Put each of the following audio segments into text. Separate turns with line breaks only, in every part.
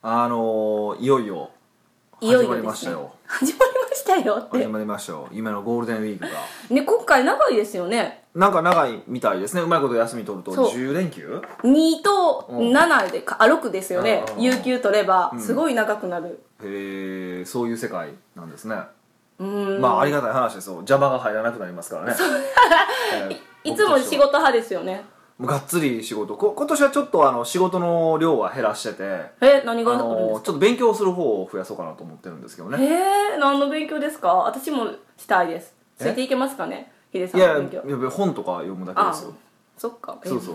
あのーいよいよ
いよ
始
い
ま
よ
り
で
ますし
ね
たよ
始まりましたよっ
始
て
まりましたよ今のゴールデンウィークが
ね今回長いですよね
なんか長いみたいですねうまいこと休み取ると
そう
10連休
2と
うん
7でかあ6ですよね
うん
有給取れば
うん
すごい長くなる
へえそういう世界なんですね
うーん
まあありがたい話ですよ邪魔が入らなくなりますからね、えー
いつも仕事派ですよね
もうがっつり仕事こ今年はちょっとあの仕事の量は減らしてて、
え何
あ
があるんで
の
す
ちょっと勉強する方を増やそうかなと思ってるんですけど
か
ね
えー、何の勉強ですか私もしたいですついていけますかねヒデさ
い
んの
や
勉
いや
強
いや本とか読むだけで
あ
すよ
そっか
そうそう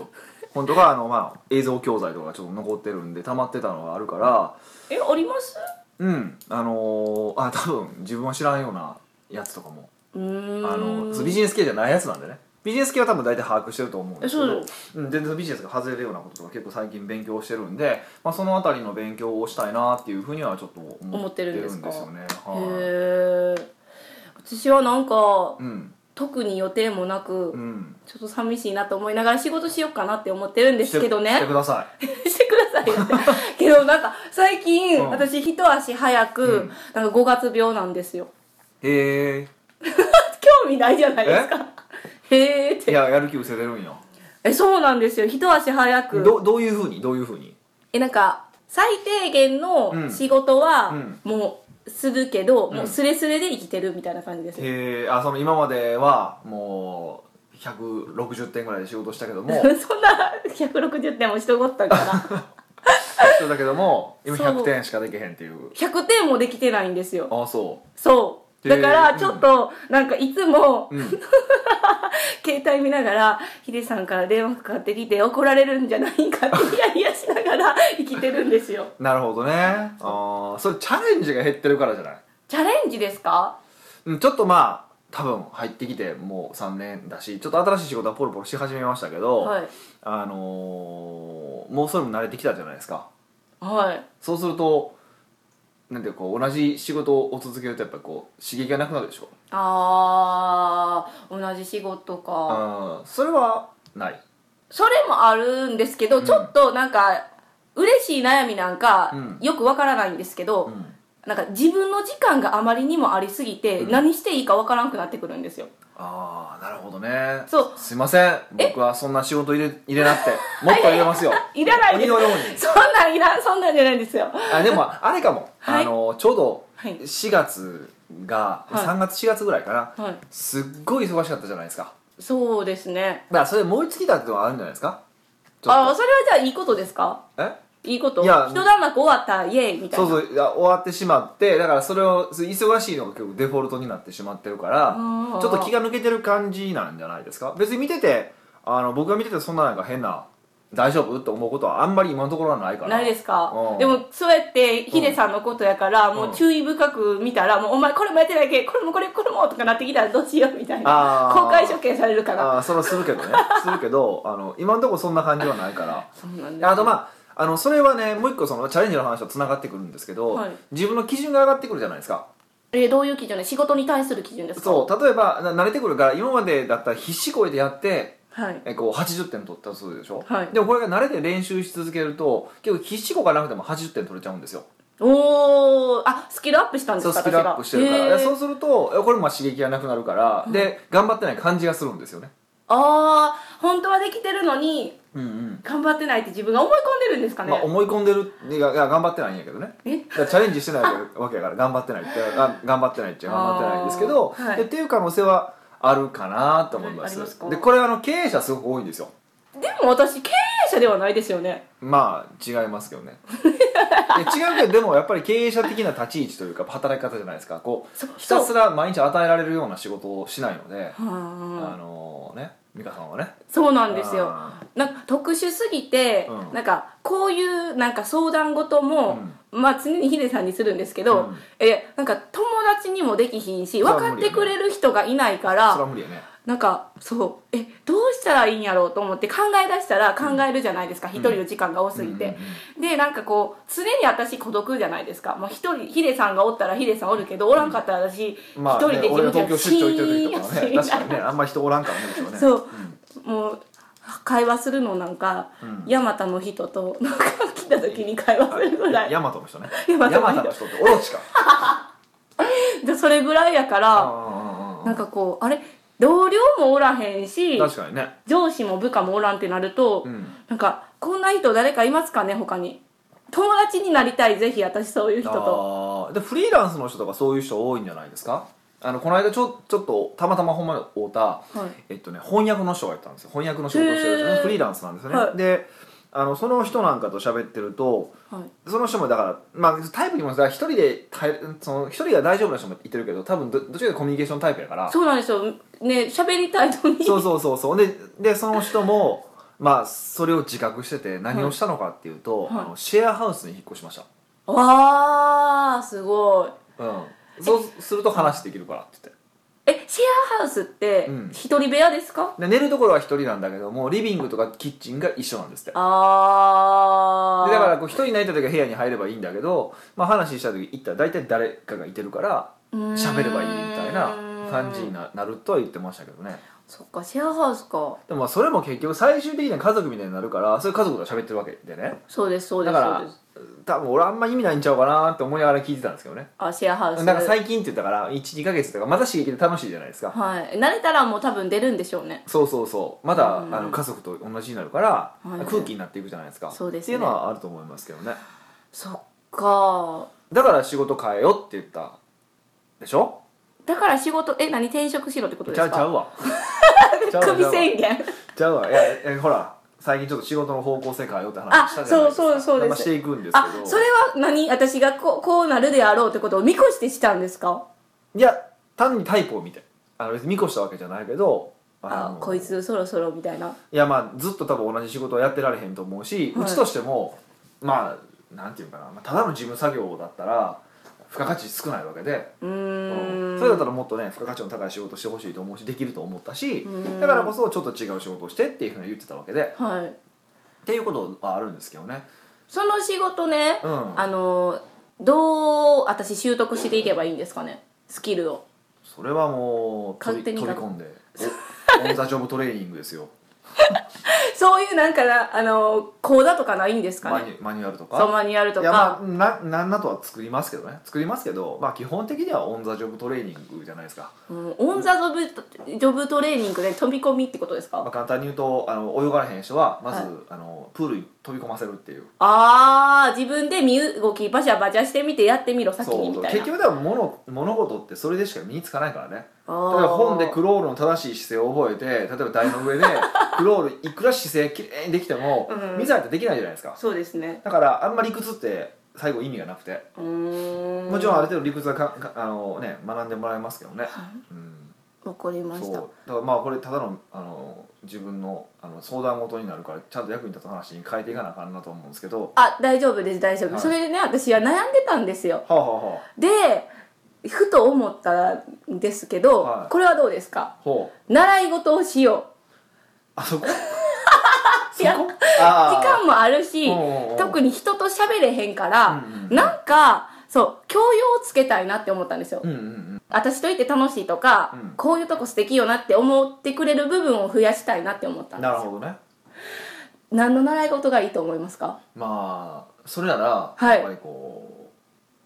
本当があの、まあ、映像教材とかちょっと残ってるんで溜まってたのがあるから
ええあります
うんあのーあ多分自分は知らんようなやつとかも
うー
あ
ん
のそうビジネス系じゃないやつなんでねビジネス系は多分大体把握してると思うんですけど
え
うん、全然ビジネスが外れるようなこととか結構最近勉強してるんで、まあ、そのあたりの勉強をしたいなっていうふうにはちょっと思ってるんですよね
思っ
は
てるん
い
へえ私はなんか
うん
特に予定もなく、
うん
ちょっと寂しいなと思いながら仕事しようかなって思ってるんですけど
してし
ね
てください
してくださいよって けどなんか最近、
うん
私一足早く、
うん
なんか5月病なんですよ
へ
興味ないじゃないですか へえ
え
っ
い
て
ややる気失せてるんよ
えそうなんですよ一足早く
どどういうふうにどういうふうに
えなんか最低限
う
の
ん
仕事は
うん
もうするけど、もううんスレスレで生きてるみたいな感じです、
えー、あその今まではもう160点ぐらいで仕事したけど も
そんな160点もしとこっ たから
そうだけども今
そ
100
う
点しかできへんっていう
100点もできてないんですよ
ああそ
そ
へ
うだ
ー
からちょっとなんかいつも
ううん
携帯見ながらヒデさんから電話かかってきて怒られるんじゃないか ってヒヤヒヤしながら生きてるんですよ
なるほどねああそれチャレンジが減ってるからじゃない、
チャレンジですか
うん、ちょっとまあ多分入ってきてもう3年だしちょっと新しい仕事はポロポロし始めましたけど、
はい
あのーもうそれも慣れてきたじゃないですか
はい
そうするとなんていうかこう同じ仕事を続けるとやっぱこう刺激がなくなるでしょ
あー同じ仕事か
あーそれはない
それもあるんですけど、
うん
ちょっとなんか嬉しい悩みなんか、
うん
よくわからないんですけど、
うん
なんか自分の時間があまりにもありすぎて、
うん
何していいかわからなくなってくるんですよ
ああなるほどね
そう
すいません僕はそんな仕事入れ入れなく てもっと入れますよ
いらないで
鬼の
す
ように
そんなんいらんそんなんじゃないんですよ
あでもあれかも、
はい
あのちょうど
はい
4月が、
はい
3月4月ぐらいかな
はい
すっごい忙しかったじゃないですか
そうですね
だからそれ燃え尽きたってのはあるんじゃないですかちょっと
あそれはじゃあいいことですか
え
いいこと
いや
一段落終わったイエーイみたい
そ
な
うそういや終わってしまってだからそれをそう忙しいのが結構デフォルトになってしまってるから
あー
ちょっと気が抜けてる感じなんじゃないですか別に見ててあの僕が見ててそんななんか変な大丈夫って思うことはあんまり今のところはないから
ないですか
うん
でもそうやってヒデさんのことやから、
ん
もう注意深く見たら「もうお前これもやってないけこれもこれこれも」とかなってきたらどうしようみたいな
あー
公開処刑されるから
あーそれはするけ どねするけどあの今のところそんな感じはないから
そうなん
で
だ
あとまああのそれはねもう一個そのチャレンジの話とつながってくるんですけど、
はい
自分の基準が上がってくるじゃないですか
えーどういう基準で仕事に対する基準ですか
そう例えばな慣れてくるから今までだったら必死こいてやって
はい
えこう80点取ったとするでしょ、
はい
でもこれが慣れて練習し続けると結構必死こかなくても80点取れちゃうんですよ
おーあスキルアップしたんで
そう
すか
スキルアップしてるから
私が
で
へ
そ
ー
うするとえこれも刺激がなくなるから、で頑張ってない感じがするんですよね
ああ本当はできてるのに
うんうん
頑張ってないって自分が思い込んでるんですかね、
まあ、思い込んでるいやいや頑張ってないんやけどね
え
だからチャレンジしてないわけやから頑張ってないってあ頑張ってないっちゃ頑張ってないんですけど、
あーはい
でっていう可能性はあるかなと思いま
あ
す,、
りますか
でこれはあの経営者すごく多いんですよ
でも私経営者ではないですよね
まあ違いますけどねで違うけどでもやっぱり経営者的な立ち位置というか働き方じゃないですかこう
そう
ひたすら毎日与えられるような仕事をしないので、あ
はあ
のね美香さんはね
そうなんですよ
あ
なんか特殊すぎて、
うん
なんかこういうなんか相談事も、まあ、常にヒデさんにするんですけど、
うん
えなんか友達にもできひんし
それ
分
は無理よ
か
ね
ってくれる人がいないか
それは
ら
無理やね
なんかそうえどうしたらいいんやろうと思って考え出したら考えるじゃないですか、一人の時間が多すぎて。
うんうんうん
でなんかこう常に私孤独じゃないですかまあ、一人ヒデさんがおったらヒデさんおるけどおらんかったら私一、
まあ、
人
ね、
で自
俺
分
が
たち
東京出張行ってる時とかはね
シーン
確かにねあんまり人おらんからねうちはね
そう
うん
もう会話するのなんか、ヤマタの人と なんか来た時に会話するぐらい
ヤマトの人ね
ヤ
ヤ
マ
マ
トの
タ
人
の人ってオロ チか
でそれぐらいやから
あ
なんかこうあれ同僚もおらへんし
確かにね
上司も部下もおらんってなると、
うん
なんかこんな人誰かいますかね他に友達になりたいぜひ私そういう人と
あーでフリーランスの人とかそういう人多いんじゃないですかあのこの間ちょちょっとたまたまほんまに会うた、
はい
えっとね翻訳の人がいたんですよ翻訳の仕事をしてる人
へ
ね
ー
フリーランスなんですよね、
はい
であのその人なんかと喋ってると
はい
その人もだから、まあ、タイプにもさ一人で耐えその一人が大丈夫な人も言ってるけど多分どどっちかというとコミュニケーションタイプやから
そうなんですよね喋りたいの に
そうそうそうそうででその人もまあそれを自覚してて何をしたのかっていうと、
はい
あのシェアハウスに引っ越しまし
わーすごい
た、うん、そうすると話できるからって言って
えシェアハウスって
うん
一人部屋ですか、
で寝るところは一人なんだけどもリビングとかキッチンが一緒なんですって
あー
でだからこう一人泣いた時は部屋に入ればいいんだけど、まあ、話した時行ったら大体誰かがいてるから喋ればいいみたいな感じにななるとは言ってましたけどね
そっかシェアハウスか
でもまあそれも結局最終的には家族みたいになるからそれ家族と喋ってるわけでね
そうですそうで
だ
す
か
そ
ら
うです
多分俺あんま意味ないんちゃうかなって思いながら聞いてたんですけどね
あシェアハウス
なんか最近って言ったから12ヶ月とかまた刺激で楽しいじゃないですか
はい慣れたらもう多分出るんでしょうね
そうそうそうまだ、
うん
あの家族と同じになるから、
はい
空気になっていくじゃないですか
そうですね
っていうのはあると思いますけどね
そっか
だから仕事変えようって言ったでしょ
だから仕事え何転職しろってことで
ちゃ
す
うちゃ
か
う わちゃうわ
首
ちゃうわ
宣言
ちゃうわいやいやほら最近ちょっと仕事の方向性変えようって
あ
話したじゃない
そ
ですか
うそうそう
ま
で
あし
す
ていくんです
あ
けど
それは何私がこうこうなるであろうってことを見越してしたんですか
いや単にタイプを見てあの別に見越したわけじゃないけど
あ
の
こいつそろそろみたいない
やまあずっと多分同じ仕事はやってられへんと思うし、
はいう
ちとしてもまあなんていうかな、まあ、ただの事務作業だったら付加価値少ないわけで、
うーん
それだったらもっとね付加価値の高い仕事してほしいと思うしできると思ったし
うん
だからこそちょっと違う仕事をしてっていうふうに言ってたわけで
はい
っていうことはあるんですけどね
その仕事ね、
うん
あのどう私習得していけばいいんですかねスキルを
それはもう飛び
勝手に
飛び
か
込 んでおオン・ザ・ジョブトレーニングですよ
そういうなんかなあの講座とかないんですか
マ
ね
ニュマニュアルとか
そうマニュアルと
いやま
か
あななんなとは作りますけどね作りますけど、まあ、基本的にはオン・ザ・ジョブトレーニングじゃないですか
うんオン・ザ・ジョブジョブトレーニングで飛び込みってことですか、
まあ、簡単に言うとあの泳がれへん人はまず、
はい
あのプールに飛び込ませるっていう
ああ自分で身動きバシャバシャしてみてやってみろ先にみたい
結局
な
では物物事ってそれでしか身につかないからね
あ
例えば
ー
本でクロールの正しい姿勢を覚えて例えば台の 上でクロールいくら姿勢きれいにできても、
うん
見ざるとできないじゃないですか
そうですね
だからあんまり理屈って最後意味がなくて
うーん
もちろんある程度理屈はかかあの、ね、学んでもらえますけどね、うん
わかりま
そ
し
う
た
だからまあこれただのあの自分のあの相談事になるからちゃんと役に立つ話に変えていかなあかんなと思うんですけど
あ大丈夫です大丈夫、
はい
それでね私は悩んでたんですよ
はあはあ はあ
でふと思ったんですけど、
はい
これはどうですか
ほう
習い事をしよ
あそこ
ういや時
あ
間もあるし
おうおうおう
特に人と喋れへんから、
うんうんうん
なんかそう教養をつけたいなって思ったんですよ、
うんうんうん
私といて楽しいとか、
うん
こういうとこ素敵よなって思ってくれる部分を増やしたいなって思ったんです
なるほどね
何の習い事がいいと思いますか
まあそれなら、
はい
やっぱりこ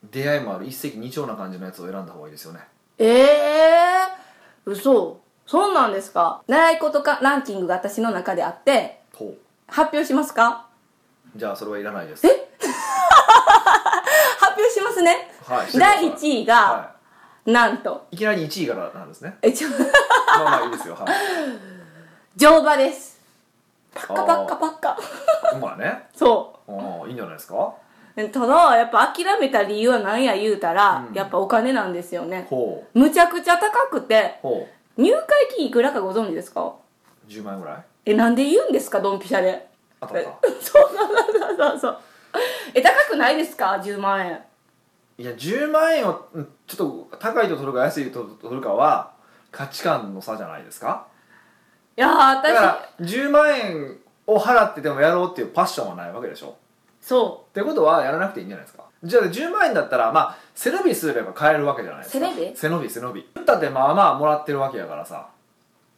う出会いもある一石二鳥な感じのやつを選んだ方がいいですよね
ええー、嘘そうなんですか習い事かランキングが私の中であって
ほ
発表しますか
うじゃあそれはいらないですえ
発表しますね
はいしてください
第1位が、
は
なんと
いいきなり1位からなん ですね
えちょ
まあまあいいですよはい
乗馬ですパッカパッカパッカ
まあね
そ
おーいいんじゃないですか
うただやっぱ諦めた理由は何や言うたら、
うん
やっぱお金なんですよね
ほう
むちゃくちゃ高くて
ほ
入会金いくらかご存知ですか
う10万円ぐらい
えなんで言うんですかドンピシャで
当たっ
え
た
そうそうそうそうそうえ高くないですか10万円
いや10万円をうんちょっと高いと取るか安いと取るかは価値観の差じゃないですか
いやー
だか
私
ら10万円を払ってでもやろうっていうパッションはないわけでしょ
そ
ってことはやらなくていいんじゃないですかじゃあ10万円だったらまあ背伸びすれば買えるわけじゃないですか
背伸び
背伸び背伸び打ったってまあまあもらってるわけやからさ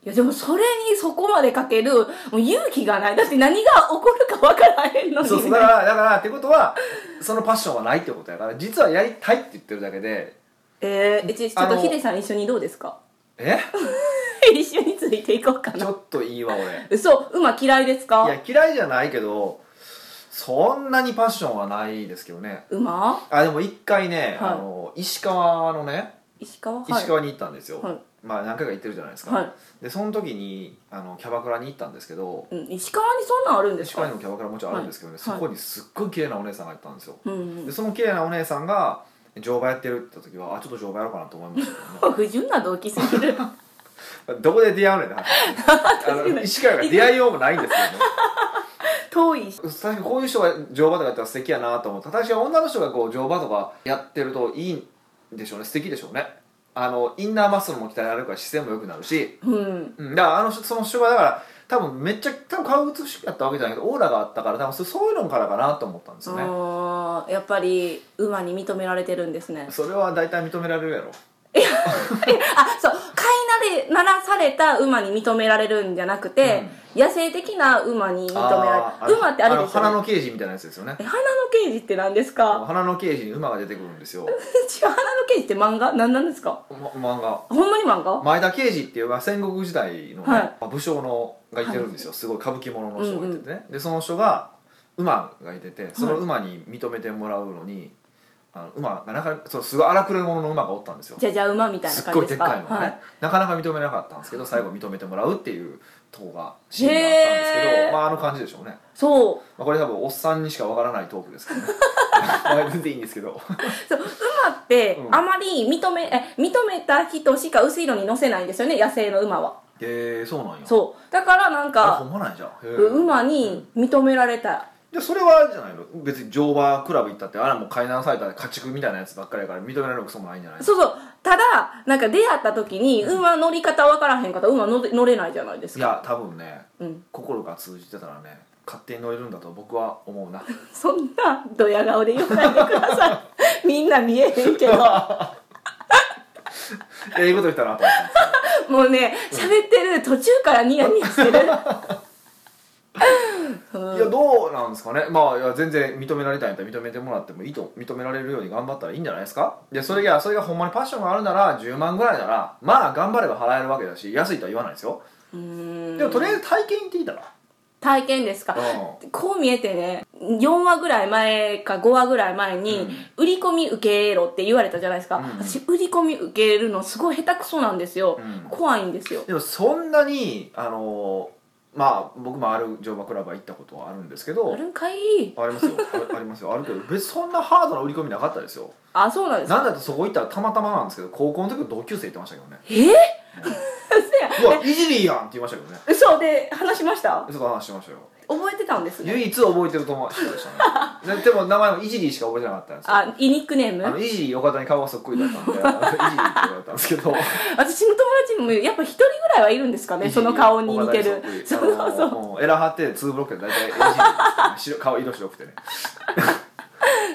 ういやでもそれにそこまでかけるもう勇気がないだって何が起こるか分からへんのに
そうそうだからだからってことはそのパッションはないってことやから実はやりたいって言ってるだけで
えー、えちちょっ
あ
と
の
ヒデさん一緒にどうですか
え
一緒についていこうか
ち
な
ょっといいわ 俺
嘘馬嫌いですか
いや嫌いじゃないけどそんなにパッションはないですけどね
馬
あでも一回ね、
はい
あの石川のね
石川はい
石川に行ったんですよ、
はい
まあ何回か行ってるじゃないですか、
はい
でその時にあのキャバクラに行ったんですけど
うん、石川にそんなんあるんです
石川
か
にもキャバクラもちろんあるんですけどね、
はい
そこにすっごい綺麗なお姉さんがいたんですよ、
うんうん
でその綺麗なお姉さんが乗馬やってるって言った時はあちょっと乗馬やろうかなと思いましたけどね
不純な動機す ぎる
どこで出会うねんって話 あの石川が出会いようもないんですけ
遠いし
どね確かにこういう人が乗馬とかやったら素敵やなと思った確かに女の人がこう乗馬とかやってるといいんでしょうね素敵でしょうねあのインナーマッスルも鍛えられるから姿勢も良くなるし、
うん
うん、だからあの人その人がだから多分めっちゃ多分顔美しくやったわけじゃないけどオーラがあったから多分そそういうのからかなと思ったんですよね
あーやっぱり馬に認められてるんですね
それは大体認められるやろ
あそう飼いなれならされた馬に認められるんじゃなくて、野生的な馬に認めら
あー
れる馬ってあれですよね
の花のケージみたいなやつですよね
え花の刑事って何ですか
花のケージに馬が出てくるんですよ
違う花の刑事って漫画何なんですか
ま漫画
ほんまに漫画
前田慶次っていうまあ戦国時代の、ね
はい
まあ武将のがいてるんですよ、すごい歌舞伎者の人がいててね、でその人が馬がいててその馬に認めてもらうのに、あの馬がなかなかそうすごい荒くれ者の馬がおったんですよ
じゃじゃ馬みたいな
すっ
感じ
ごいで
で
すっ
か
かいのがね、
はい
なかなか認めなかったんですけど最後認めてもらうっていうとこがシーンがあったんですけ
へー
ど、まあ、あの感じでしょうね、
そう
まあ、これ多分おっさんにしかわからないトークですけどねまあ全然いいんですけど
そう馬って
うん
あまり認め,、え認めた人しか薄いのに乗せないんですよね野生の馬は
えー、そうなんや
そうだからなん
あほ
か
んまなんじゃんへー
馬に認められた、
じゃあそれはじゃないの別に乗馬クラブ行ったってあれもう海難された家畜みたいなやつばっかりやから認められることもないんじゃないの
そうそうただなんか出会った時に馬乗り方わからへんかったら馬乗れ乗れないじゃないです
いや
か
多分ね
うん、
心が通じてたらね勝手に乗れるんだと僕は思うな
そんなドヤ顔で言わないでくださ いみんな見えへんけど
ええこと言ったなと思ったんです
もうね喋ってる途中からニヤニ ヤしてるう
けど
ん
いやどうなんですかねまあいや全然認められたいんやったら認めてもらってもいいと認められるように頑張ったらいいんじゃないですかでそれいやそれがほんまにパッションがあるなら10万ぐらいならまあ頑張れば払えるわけだし安いとは言わないですよ
うーん
でもとりあえず体験行ってきたら
体験ですか、
う
こう見えてね4話ぐらい前か5話ぐらい前に、売り込み受けろって言われたじゃないですか、
うん
私売り込み受けるのすごい下手くそなんですよ、
うん
怖いんですよ
でもそんなにあのーまあ僕もある乗馬クラブは行ったことはあるんですけど
あるんかい
ありますよあありますよあるけど別にそんなハードな売り込みなかったですよ
あそうなんですか
なんだとそこ行ったらたまたまなんですけど高校の時の同級生言ってましたけどね
えー、
うわイジリーやんって言いましたけどね
嘘で話しました
そこ話してましたよ
覚えてたんですね
唯一覚えてる友達でしたねででも名前もイジリーしか覚えてなかったんですよ
あいニックネー
あの
ム
イジリー岡田に顔がそっくりだったんであのイジリーって言われたんですけど
私の友達にもやっぱ一人ぐらいはいるんですかね その顔に似てる
そ
そうう
そう
そう
そ
そうう
エラ張って2ブロックで大 体 LG ですね白顔色白くてね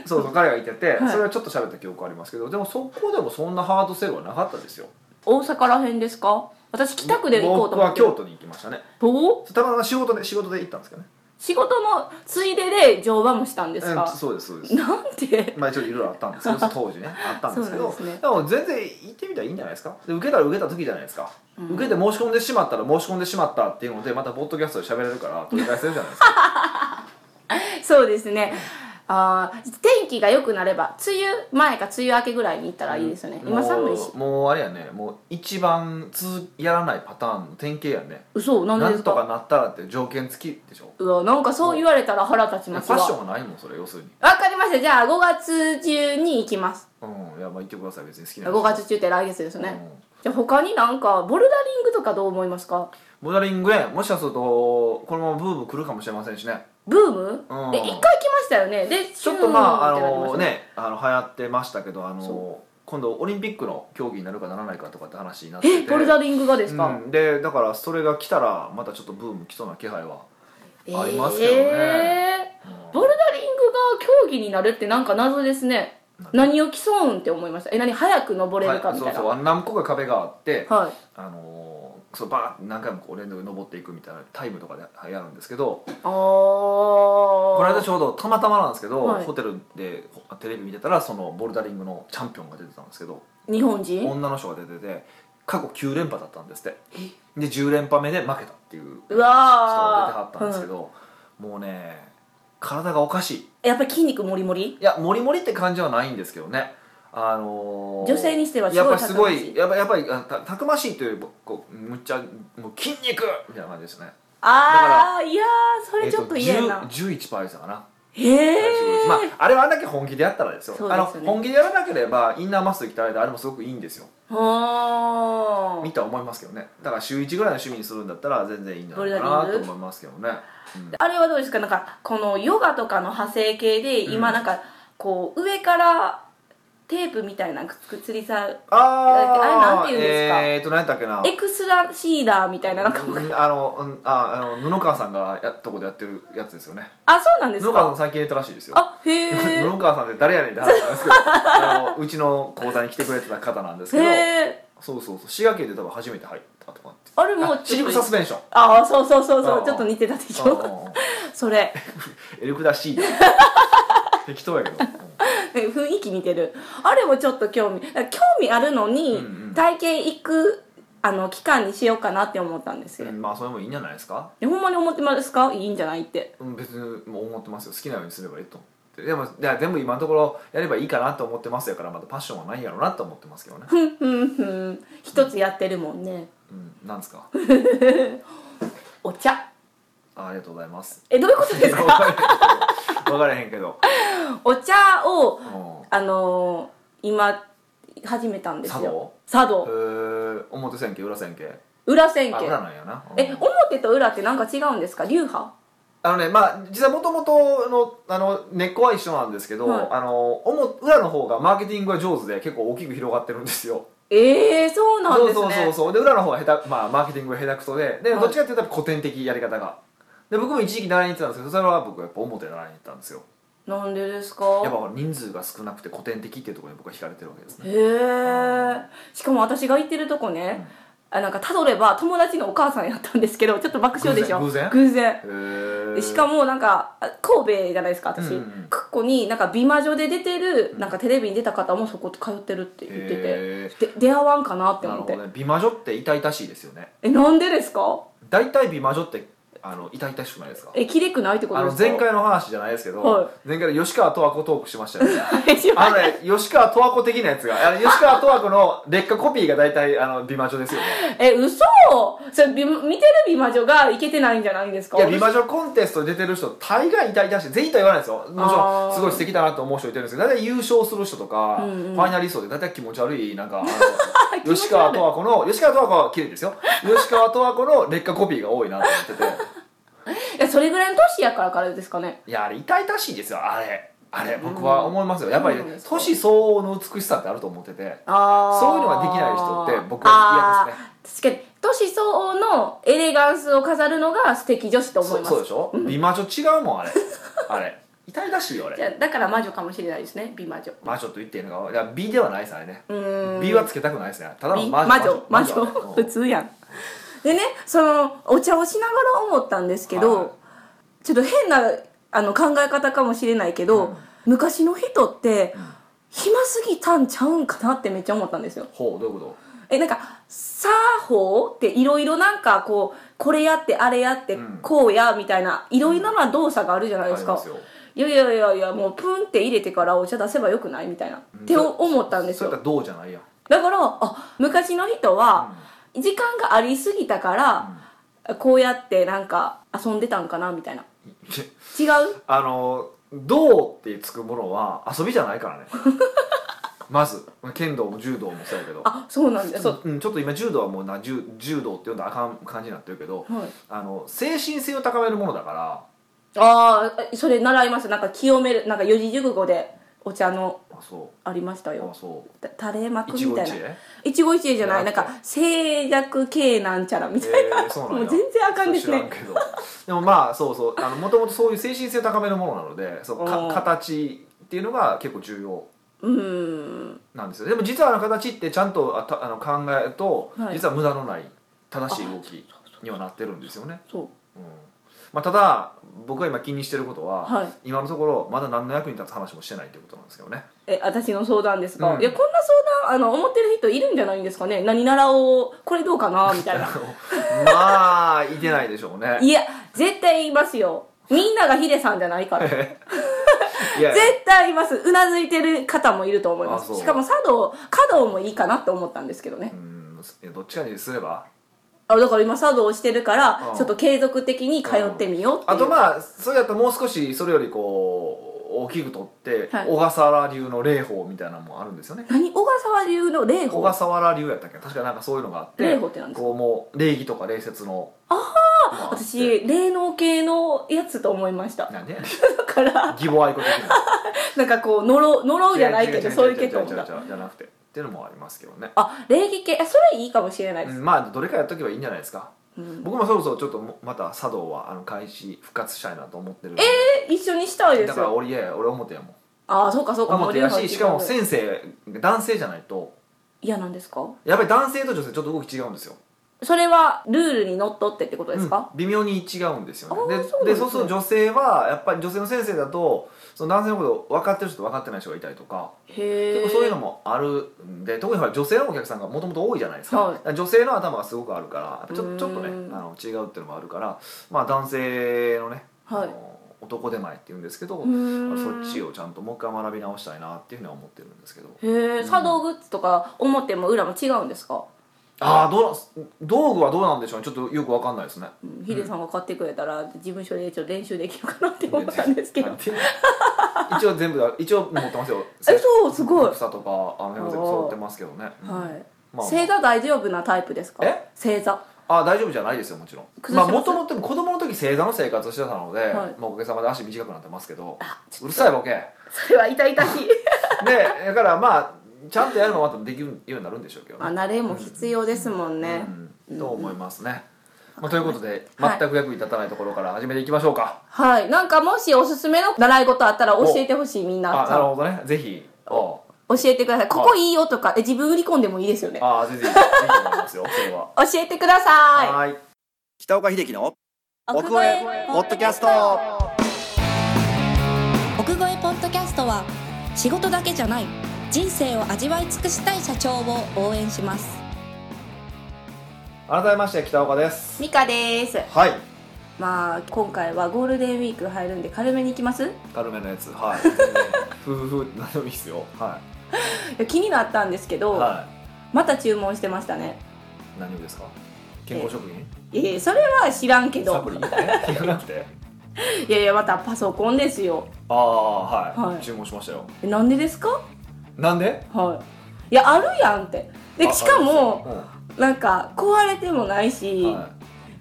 そうそう彼がいてて、
はい
それはちょっと喋った記憶ありますけどでもそこでもそんなハードセルはなかったですよ
大阪らへんですか私北区で行こう
僕
と思っ
は
てる
京都に行きましたね
どう
たまたま仕事で仕事で行ったんですけどね
仕事のついでで乗馬もしたんです
うん
か、
そうですそうです
なんて
まあちょっといろいろあったんですけ ど当時ねあったんですけど
そうなんですね
でも全然行ってみたらいいんじゃないですかで受けたら受けた時じゃないですか、受けて申し込んでしまったら申し込んでしまったっていうのでまたポッドキャストで喋れるから取り返せるじゃないですか
そうですねあー天気が良くなれば梅雨前か梅雨明けぐらいに行ったらいいですよね、今寒いし
もうもうあれやねもう一番つやらないパターンの典型やね
嘘なん
な
でで
ん
す
と
か
かなったらって条件付きでしょ
うわなんかそう言われたら腹立ち
ファ
ますわ
ッシ
わ
ョンがないもんそれ要するに
かりましたじゃあ5月中に行きます
うんいやまあ言ってください別に好きな
5月中って来月ですね、
うん
じゃあ他になんかボルダリングとかどう思いますか
ボルダリングへもしかするとこのままブーム来るかもしれませんしね
ブーム、
うん
で1回来ましたよねで
ちょっとまああ
シューンってなりまし
の
た
ねあの流行ってましたけどあの
そ
今度オリンピックの競技になるかならないかとかって話になって
え
て
ボルダリングがですか、
うんでだからそれが来たらまたちょっとブーム来そうな気配はありますけどね
えーボルダリングが競技になるってなんか謎ですね何を競うんって思いましたえ何早く登れるかみたい
はい
な
そうそうあの何個か壁があって
はい
あのーそうバーって何回もこう連続で登っていくみたいなタイムとかではいやるんですけど
ああ
こ
こ
の間ちょうどたまたまなんですけど、
はい
ホテルでほテレビ見てたらそのボルダリングのチャンピオンが出てたんですけど
日本人
女の人が出てて過去9連覇だったんですってで10連覇目で負けたっていう
う
人が出ては
わ
っ
ー
たんですけど、もうね体がおかしい
うんやっぱり筋肉もりもり
いやモリモリって感じはないんですけどねあのー
女性にしてはすごい
やっぱりすご
たくまし
い
い
やっぱやっぱりあたたくましいというよりもこうむっちゃもう筋肉みたいな感じですね
ああいやーそれちょっと嫌や
えっ
な
と10 11パーでしたかな、
へえ
まあ、あれはあんだけ本気でやったらですよ
そうで
あの
すよね
本気でやらなければインナーマッスル鍛えてあれもすごくいいんですよ
は
見たは思いますけどねだから週1ぐらいの趣味にするんだったら全然いいんじゃないか
ボ
な
ルダ
と
リング
思いますけどね、うん
あれはどうですかなんかこのヨガとかの派生系で
う
今
ん
なんかこう上からテープみたいなのくつりさ
あー
あれなんて言うんですか
えー、っと何やったっけな
エクスラシーラーみたいななんか
うんあのうんああの布川さんがやとこでやってるやつですよね
あそうなんです
布川さ
か
ん最近入れたらしいです よ
あへえ
布川さんって誰やねんって話なんです けどあのうちの講座に来てくれてた方なんですけど
へえ
そうそうそう滋賀県で多分初めて入ったとかって
あれもう
シ
ち
ル
ょ
ク
っ
サ
と
スペンション
ああそうそうそう
う
そ
ん
うちょっと似てたでし
うん
ょ
うんうん
それ
エルクダシーだ適当やけど、
雰囲気似てるあれもちょっと興味興味あるのに、
うんうん
体験行くあの期間にしようかなって思ったんです
う
よ、
んうんまあそれもいいんじゃないですか
でほんまに思ってますかいいんじゃないって
うん別にもう思ってますよ好きなようにすればいいと思ってでもいや全部今のところやればいいかなと思ってますやからまだパッションはないやろうなと思ってますけどね、
ふんふんふん一つやってるもんね
うん、なんですか
お茶
あありがとうございます
えどういうことです
分
か
かれへんけど、
お茶を
うん
あのー今始めたんですよ茶
へ
道
ー表千家裏千家
裏千
あ
家
裏なんやなうん
え表と裏ってなんか違うんですか流派
あのねまあ実はもともとのあの根っこは一緒なんですけど、
はい
あのおも裏の方がマーケティングが上手で結構大きく広がってるんですよ
えー、そうなんですね
そうそうそうそうで裏の方は下手、まあ、マーケティングが下手くそでで、
はい
どっちかっていうと古典的やり方がで僕も一時期習いに行ってたんですけどそれは僕やっぱ表で習いに行ったんですよ
なんでですか
やっぱほら人数が少なくて古典的っていうところに僕は惹かれてるわけですね
へえしかも私が行ってるとこね、あなんかたどれば友達のお母さんやったんですけどちょっと爆笑でしょ
偶然
偶然
へー
でしかもなんかあ神戸じゃないですか私、
うんうん
過去になんか美魔女で出てるなんかテレビに出た方もそこ通ってるって言ってて、
へ
で出会わんかなっ
ー
て
なる
思っ
ほ
て、
どね美魔女って痛々しいですよね
えなんでですか
大体美魔女ってあの痛々しくないですか
えきれくないってこ
あ
とで
の
すか
前回の話じゃないですけど、
はい
前回で吉川十和子トークしましたよね
えしま
あのね吉川十和子的なやつがあの吉川十和子の劣化コピーが大体あの美魔女ですよね
え嘘それ美見てる美魔女がいけてないんじゃないんですか
いや美魔女コンテストに出てる人大概痛々しい全員とは言わないですよもちろ
あ
ん
ー
すごい素敵だなと思う人いてるんですけど大体優勝する人とか、
うんうん
ファイナリストで大体気持ち悪いなんかあの
気持ち悪い
吉川十和子の吉川十和子は綺麗ですよ吉川十和子の劣化コピーが多いなと思ってて。
いやそれぐらいの年やからからですかね
いやあれ痛々しいですよあれあれ僕は思いますよやっぱり
そうなんですか
年相応の美しさってあると思ってて
あー
そういうのができない人って僕は嫌
あー確かに年相応のエレガンスを飾るのが素敵女子と思い
そ
ます
そうでしょ美魔女違うもんあれあれ痛々しいよあ
じゃ
れ
あだから魔女かもしれないですね美魔女
魔女と言っていいのかいや美ではないですあれね
うーん
美はつけたくないですねただの
美
魔
魔
女
女魔女
うん
普通やんでねそのお茶をしながら思ったんですけど、
はい
ちょっと変なあの考え方かもしれないけど、
うん
昔の人って
うん
暇すぎたんちゃうんかなってめっちゃ思ったんですよ
ほうどういうこ
えなんか作法っていろいろなんかこうこれやってあれやって
うん
こうやみたいないろいろな動作があるじゃない
と
ですか、
よ
いやいやいやいやもうプンって入れてからお茶出せばよくないみたいな、
うん
って思ったんです
それや
よ
ったらどうじゃないやん
だからあ昔の人は時間がありすぎたから、こうやってなんか遊んでたんかなみたいな
うん
違う
あの「どう」ってつくものは遊びじゃない からねまず剣道も柔道もそうやけど
あそうなんだ
ちょ
そ
っ
う
とうん、ちょっと今柔道はもうな柔柔道って呼んだらあかん感じになってるけど、
はい
あの精神性を高めるものだから
ああそれ習いましたなんか清めるなんか四字熟語でお茶の
あそ
ありました
うあ
よ
そ
た垂れ幕
う
み
一期一
たい
会
な一期一会じゃない
な
なんん
か
か静寂系なんちゃらみたいな、
えーそうなんや
もう全然あかんです
そう
ね
知らんけどでもまあそうそうあのもともとそういう精神性を高めるものなのでそうか
うん
形っていうのが結構重要
うーん
なんですよでも実はあの形ってちゃんとあたあの考えると、
はい
実は無駄のない正しい動きにはなってるんですよね、
そう
うんまあ、ただ僕が今気にしてることは、
はい
今のところまだ何の役に立つ話もしてないということなんですけどね
え私の相談ですか、
うん
いやこんな相談あの思ってる人いるんじゃないんですかね何習おうこれどうかなみた いな
まあいてないでしょうね
いや絶対いますよみんながヒデさんじゃな いから絶
いや
対いますうなずいてる方もいると思いま
あそ
す
う
しかも茶道華道もいいかなって思ったんですけどね
うんいやどっちかにすれば
あだから今茶道をしてるから
うん
ちょっと継続的に通ってみようっていう
あとまあそれだともう少しそれよりこう大きくとって、
はい
小笠原流の霊法みたいなのもあるんですよね
何小笠原流の霊
小
法
笠原流やったっけ確かなんかそういうのがあって
霊法ってなんですか
こうもう礼儀とか礼節のああ
私霊能系のやつと思いました
なんで
だから
義母愛子的な
なんかこう呪う呪うじゃないけ
違う違
ど
う
そういう系統
違う違う
だ
違う違うじゃなくてっていうのもありますけどね
あ礼儀系あそれいいかもしれないで
う
す、
んまあどれかやっとけばいいんじゃないですか
うん
僕もそろそろちょっともまた茶道はあの開始復活したいなと思ってる
え一緒にしたいで
だ
す
から
よ
俺いやいや俺表やもん
ああそうかそうか
表やししかも
せ
先生男性じゃないと
嫌なんですか
やっぱり男性と女性ちょっと動き違うんですよ
それはルールにのっとってってことですか、
うん微妙に違うんですよ
あー
ねで
そうなん
で
ですね
そうすると女性はやっぱり女性の先生だとその男性のこと分かってる人と分かってない人がいたりとか
へ
結
え
構そういうのもあるんで特にほら女性のお客さんがもともと多いじゃないですか、
はい
だから女性の頭がすごくあるからやっぱちょ
うーん
ちょっとねあの違うっていうのもあるから、まあ、男性のね、
はい
あの男手前っていうんですけど、
うーん
そっちをちゃんともう一回学び直したいなっていうふうには思ってるんですけど
へえ茶道グッズとか表も裏も違うんですか、
ああどう道具はどうなんでしょうねちょっとよく分かんないですね
うん、ヒデさんが買ってくれたら事務所でちょっと練習できるかなって思ったんですけど
一応全部だ一応持ってますよ
えそうすごい、
草とかあの辺も全部揃ってますけどね、
はい
まあ
星座大丈夫なタイプですか
え
星座
あ大丈夫じゃないですよもちろん
崩
まあ
します
もともと子供の時正座の生活をしてたので、
はい
まあ、おかげさまで足短くなってますけどうるさいボケで
それは痛々しい
だからまあちゃんとやればまたできるようになるんでしょうけど
まあ慣れも必要ですもんね、
うん、と思いますね、まあ、ということで、
はい
全く役に立たないところから始めていきましょうか、
はいなんかもしおすすめの習い事あったら教えてほしいみんな
あなるほどねぜひお
教えてくださいここいいよとかえ自分売り込んでもいいですよね
ああ全然いいと思いますよそれ は
教えてください
はい北岡秀樹の
奥
奥越えポッドキャスト
奥越えポッドキャストは仕事だけじゃない人生を味わい尽くしたい社長を応援します
改めまして北岡です
ミカです
はい
まあ今回はゴールデンウィーク入るんで軽めに行きますい
軽めのやつ はい全然ふふふってなってもいいですよは
や気になったんですけ
い
ど、
はい
また注文してましたね
何をですか健康食品
いやいやそれは知らんけ
サ
ど
プリみたいなじゃなくて
いやいやまたパソコンですよ
ああはい、
はい
注文しましたよ
えなんでですか
なんで
はいいやあるやんってで
あ
しかも
あ
なんか壊れてもないし、
れですようんは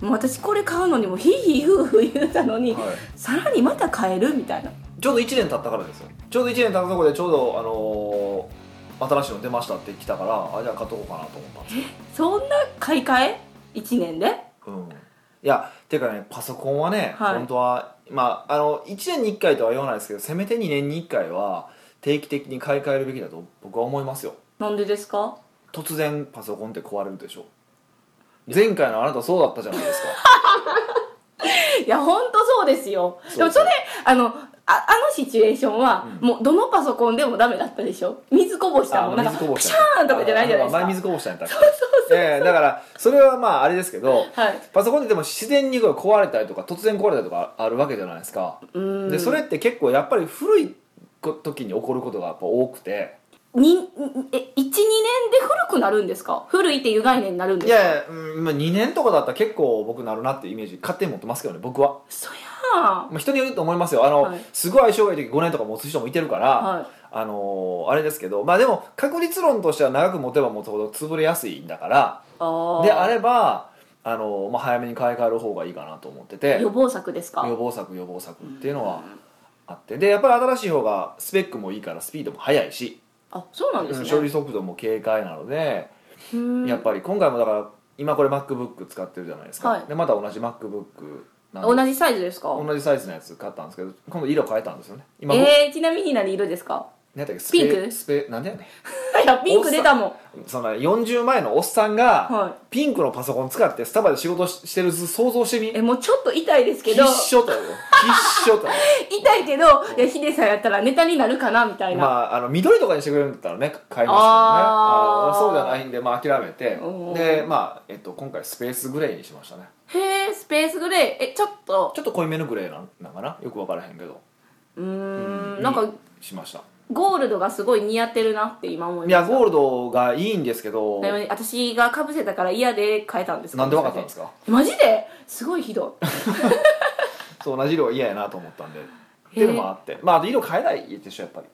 もう私これ買うのにもヒーヒーフーフー言うたの
い
に、
は、
さらにまた買えるみたいない
ちょうど1年経ったからですよちょうど1年経ったところでちょうどあのー新しいの出ましたって来たからあじゃあ買っとこうかなと思ったんですよ、
そんな買い替え1年で
うん、いやていうかねパソコンはね、
はい
本当はまああの1年に1回とは言わないですけどせめて2年に1回は定期的に買い替えるべきだと僕は思いますよ
なんでですか
突然パソコンって壊れるでしょ前回のあなたそうだったじゃない ですか
いやほんとそうですよ
そう
でもそれあのああのシチュエーションは、
うん
もうどのパソコンでもダメだったでしょ水こぼしたもん
あ
な
の
んか
水こぼ
ピ
し
シ
た
ャーンとかじゃないじゃないです
あ
か
前水こぼしたんやったっけええだからそれはまああれですけど
はい
パソコンってでも自然にこう壊れたりとか突然壊れたりとかあるわけじゃないですか
うーん
でそれって結構やっぱり古いこ時に起こることがやっぱ多くて
ににえ12年で古くなるんですか古いっていう概念になるんで
い
すか
やいや、うんまあ、2年とかだったら結構僕なるなっていうイメージ勝手に持ってますけどね僕は、
そやん
まあ、人によると思いますよあの、
はい
すごい相性がいい時5年とか持つ人もいてるから、
は
あのーあれですけどまあでも確率論としては長く持てば持つほど潰れやすいんだから
いあー
であれば、あのまあ、早めに買い替える方がいいかなと思ってて
予防策ですか
予防策予防策っていうのはあってでやっぱり新しい方がスペックもいいからスピードも速いし、
あそうなんです
うん
ね、
処理速度も軽快なので、
うん
やっぱり今回もだから今これ MacBook 使ってるじゃないですか、
はい
でまた同じ MacBook なんで
同じサイズですか
同じサイズのやつ買ったんですけど今度色変えたんですよね今、
えー、ちなみに何色ですか
何やったっけス
ピン
ペ
ク
スペなんでやねん
らピンク出たもん
その40前のおっさんが、
は
ピンクのパソコン使ってスタバで仕事ししてる図想像してみ
えもうちょっと痛いですけ
必
ど
勝だよ必 勝だよ
痛いけどいやヒデさんやったらネタになるかなみたい
ま
な、
ああの緑とかにしてくれるんだったらね買いますけどね
あー
あのそうじゃないんで、まあ、諦めて
おー
でまあ、えっと、今回スペースグレーにしましたね
へえスペースグレーえちょっと
ちょっと濃いめのグレーなんなんかなよく分からへんけど
うーんなんか
にしました
ゴールドがすごい似合ってるなって今思いま
い
した
やゴールドがいいんですけど
でも私がかぶせたから嫌で変えたんです
なんで分かったんです
か
か
マジですごいひどい
そう同じ色は嫌やなと思ったんでっていうのもあってまああと色変えないでしょやっぱり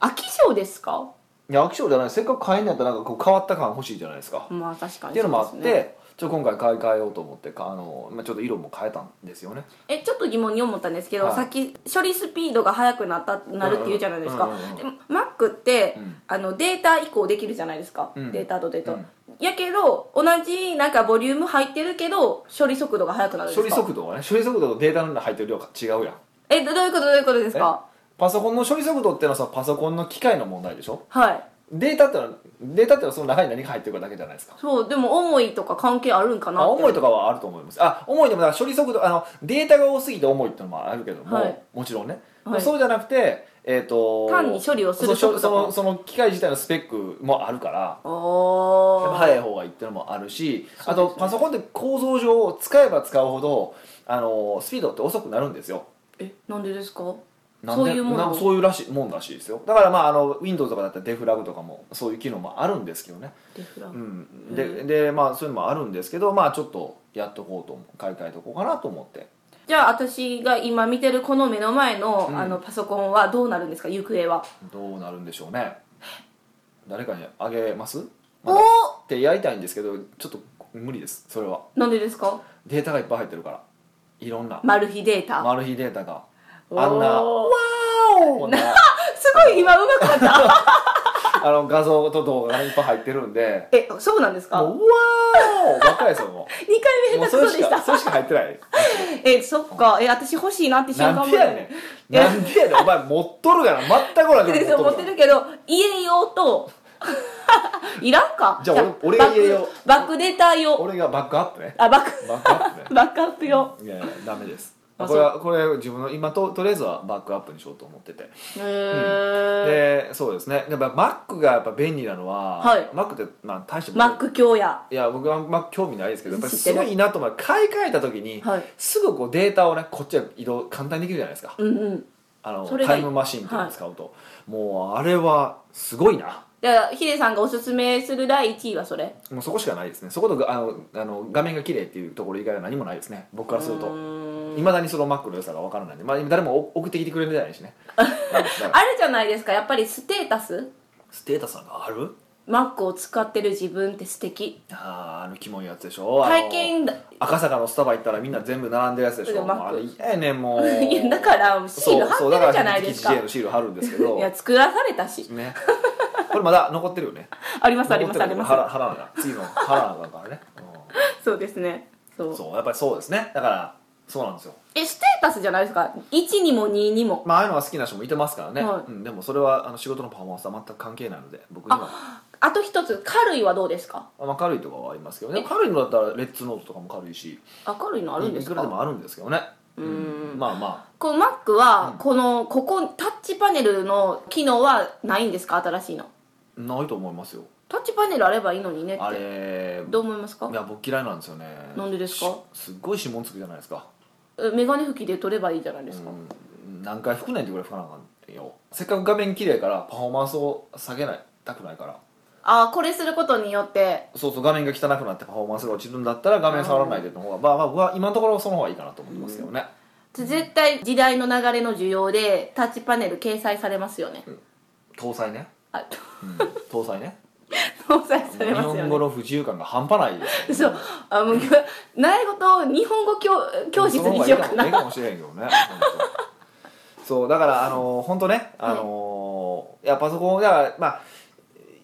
秋賞ですか
いや飽き性じゃないせっかく変えんのやったらなんかこう変わった感欲しいじゃないですか、
まあ確かに
っていうのもあっ
そ
て、
うですね
ちょっと今回買い替えようと思ってかあの、まあ、ちょっと色も変えたんですよね
えちょっと疑問に思ったんですけど、
はい
さっき処理スピードが速くなったなるって言うじゃないですか、
うんうんうんうん
でも Mac って、
うん
あのデータ移行できるじゃないですか、
うん
データとデータ、
うん
やけど同じなんかボリューム入ってるけど処理速度が速くなるんです
処
か
理速度がね処理速度とデータの入ってる量が違うやん
えどどういうことどういうことですか
パソコンの処理速度ってのはさパソコンの機械の問題でしょ
はい
データってのはデータってのはその中に何が入ってるかだけじゃないですか
そうでも思いとか関係あるんかな
あ
って
重いとかはあると思いますあ重いでもだから処理速度あのデータが多すぎて重いってのもあるけども、
はい
もちろんね、
はい
そうじゃなくてえっ、と
単に処理をする
そう
速度
そのその機械自体のスペックもあるから
おー
早い方がいいってのもあるし、
そう
あ
ですね
とパソコンって構造上使えば使うほどあのスピードって遅くなるんですよ
えなんでですか
なん
そう
で
いうも
な
の
んかそういうらしいもんらしいですよだからまああの Windows とかだったらデフラグとかもそういう機能もあるんですけどね、
デフラ
う
グ
ん、
う
ででまあそういうのもあるんですけどまあちょっとやっとこうと思う買い替えとこうかなと思って
じゃあ私が今見てるこの目の前の,、
うん
あのパソコンはどうなるんですか行方は、
どうなるんでしょうね誰かにあげます、ま
お
あ
お
ってやりたいんですけどちょっと無理ですそれは
なんでですか
データがいっぱい入ってるからいろんな
マル秘データ、
マル秘データが
おー
あんなわーおな
すごい今うまかった
あの画像と動画がいっぱい入ってるんで
えそうなんです
もう
か
わーおばっかりですよも
2
う
回
もうそ
目下手く
れし
そでし
か
た
それしか入ってない
えそっかえ私欲しいなって瞬
な
間
ん
も
でやねんなんでやねんお前持っとるがな全くおらん
え
け
で
ど
も
持
持っ
ってと
る
る
けど家用と いらんか
じゃあ俺俺
バ
が
ック
家用
バックデータ用
俺がバックアップね
あバック
バックアップね
バックアップ用
いやいやダメです
あ
これはこれ自分の今ととりあえずはバックアップにしようと思ってて
へえ
でそうですねやっぱ Mac がやっぱ便利なのは、
はい
Mac ってまあ大して
マック教や
いや僕はまあ興味ないですけどやっぱり
知って
す
る
ごいいいなと思う買い替えた時に、
はい
すぐこうデータをねこっちは移動簡単にできるじゃないですか、
うんうん
あの
それが
タイムマシンっていうのを使うと、もうあれはすごいな
だからヒデさんがおすすめする第1位はそれ
もうそこしかないですねそことがあのあの画面が綺麗っていうところ以外は何もないですね僕からする
う
と
ーん
いまだにその Mac の良さがわからないんで、まあ、今誰も送ってきてくれるじゃない しねだから
あるじゃないですかやっぱりステータス
ステータスなんかある
マックを使ってる自分って素敵
あーあのキモいやつでしょあの
体験だ
赤坂のスタバ行ったらみんな全部並んでるやつでし
で
ょ
も
もう
Mac
あれ嫌やねんもう
いやだからシール貼ってるじゃないですか
そうそうだから PGA のシール貼るんですけど
いや作らされたし
ねこれまだ残ってるよね
ありますありますあ
残って
り
るよね
ます
貼ら貼らなあかん次の貼らなあかんからね、
そうですねそう
うんそうやっぱりそうですねだからそうなんですよ
えステータスじゃないですか1にも2にも
まあああいうのが好きな人もいてますからね、
は
う
い
ん、でもそれはあの仕事のパフォーマンスは全く関係ないので僕には
あと一つ軽いはどうですか
まあ、軽いとかはありますけどね
え
軽いのだったらレッツノートとかも軽いし
あ軽いのあるんで
い
す
くらで
か
もあるんですけどね
うーん
まあまあ
この Mac はこのここタッチパネルの機能はないんですか新しいの
ないと思いますよ
タッチパネルあればいいのにねっ
あ
て
れ
どう思いますか
いや僕嫌いなんですよね
なんでですか
しすっごい指紋つくじゃないですか
えメガネ拭きで取ればいいじゃないですか、
うん何回拭くねんってぐらい拭かなあかんよせっかく画面綺麗やからパフォーマンスを下げないたくないから
ああこれすることによって
そうそう画面が汚くなってパフォーマンスが落ちるんだったら画面触らないでの方がまあまあ僕は今のところその方がいいかなと思ってますけどね、
絶対時代の流れの需要でタッチパネル掲載されますよね、
搭載ね、
あ
うん、搭載ね
搭載され
日
ますよね
本語の不自由感が半端ないですよ
そうあもう習い事を日本語教教室にしようか
その方がいい
な
かもしれへんけどね本当そうだからあの本当ねあの、い、やパソコンだからまあ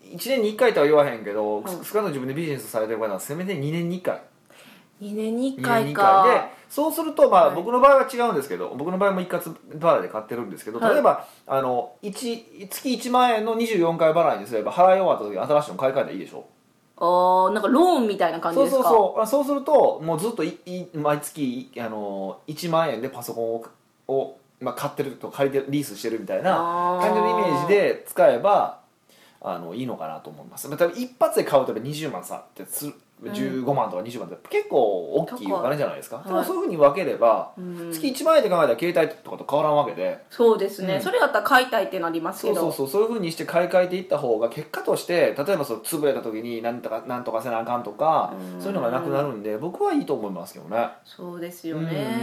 1年に1回とは言わへんけど、
ん
少なくとも自分でビジネスされてる方はせめて2年に1回
2年
2
に1
年
回
に1
か
回でそうするとまあ
はい
僕の場合は違うんですけど、僕の場合も一括払いで買ってるんですけど
はい
例えば、あの一月1万円の24回払いにすれば払い終わった時に新しいの買い替えたらいいでしょ
ああなんかローンみたいな感じ
そう
ですか
そうそうあそうするともうずっといい毎月あの1万円でパソコンをを、まあ、買ってると借りてリースしてるみたいな
あー
感じのイメージで使えばあのいいのかなと思いますまあ多分一発で買うとやっぱ20万さってする
ん
15万とか20万って結構大きいお金じゃないですか
い
でもそういうふうに分ければ、
うん
月1万円で考えたら携帯とかと変わらんわけで
そうですね、
うん
それだったら買いたいってなります
そ
け
う
ど
そうそうそういうふうにして買い替えていった方が結果として例えばその潰れた時になんとかなんとかせなあかんとか
うん
そういうのがなくなるんで僕はいいと思いますけどね、
そうですよね、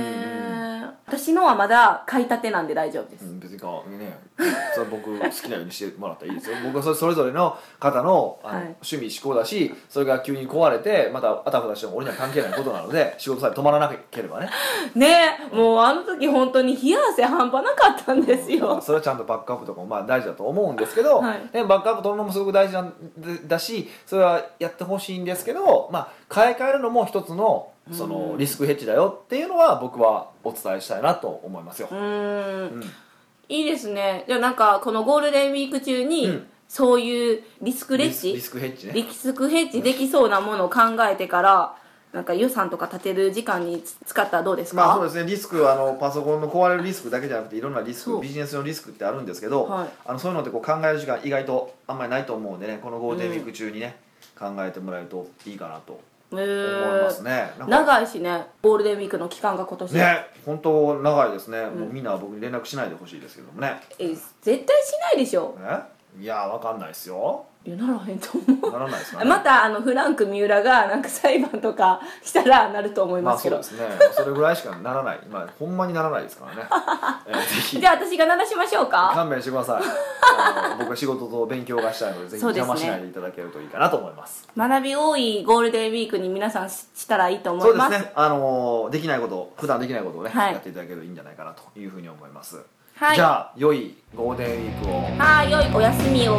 うん
私のはまだ買いたてなんで大丈夫です、
うん、別にかね それ僕好きなようにしてもらったらいいですよ僕はそれそれぞれの方のあの、
はい
趣味思考だしそれが急に壊れてまたあたふたしても俺には関係ないことなので仕事さえ止まらなければね
ねもうあの時本当に冷や汗半端なかったんです
まあ
よ
それはちゃんとバックアップとかもまあ大事だと思うんですけど、
はい
ね、バックアップ取るのもすごく大事なんでだしそれはやってほしいんですけど、まあ、買い替えるのも一つのその
うん
リスクヘッジだよっていうのは僕はお伝えしたいなと思いますよ
う。ーん
うん
いいですねじゃあなんかこのゴールデンウィーク中に、
うん
そういうリスクレッ
リス
ジ
リスクヘッジね
リスクヘッジできそうなものを考えてからなんか予算とか立てる時間につ使ったらどうですか、
まあそうですねリスクはあのパソコンの壊れるリスクだけじゃなくていろんなリス
そ
ク
う
ビジネスのリスクってあるんですけど、
はい
あのそういうのってこう考える時間意外とあんまりないと思うんでねこのゴールデンウィーク中にね、考えてもらえるといいかなと
うーん
思いますね。なんか
長いしねゴールデンウィークの期間が今年
ね本当長いですね、もうんみんな僕に連絡しないでほしいですけどもね
え絶対しないでしょ
えいやわかんないですよ
いやならへんと思
ならないですか
う
ね
またあのフランク三浦がなんか裁判とかしたらなると思い
ま
ま
あそ
すけ
う
ど、
ですねそれぐらいしかならないまあほんまにならないですからね、え ーぜひ
じゃあ私が鳴らしましょうか
勘弁してくださいあの僕は仕事と勉強がしたいのでぜひ
そうです
邪
ね
魔しないでいただけるといいかなと思います
学び多いゴールデンウィークに皆さんししたらいいと思
そ
いう
です
ます
ねあのーできないことを普段できないことをね、
はい
やっていただけるといいんじゃないかなというふうに思います、
はい
じゃあ良いゴールデンウィークを
はーい良いお休みを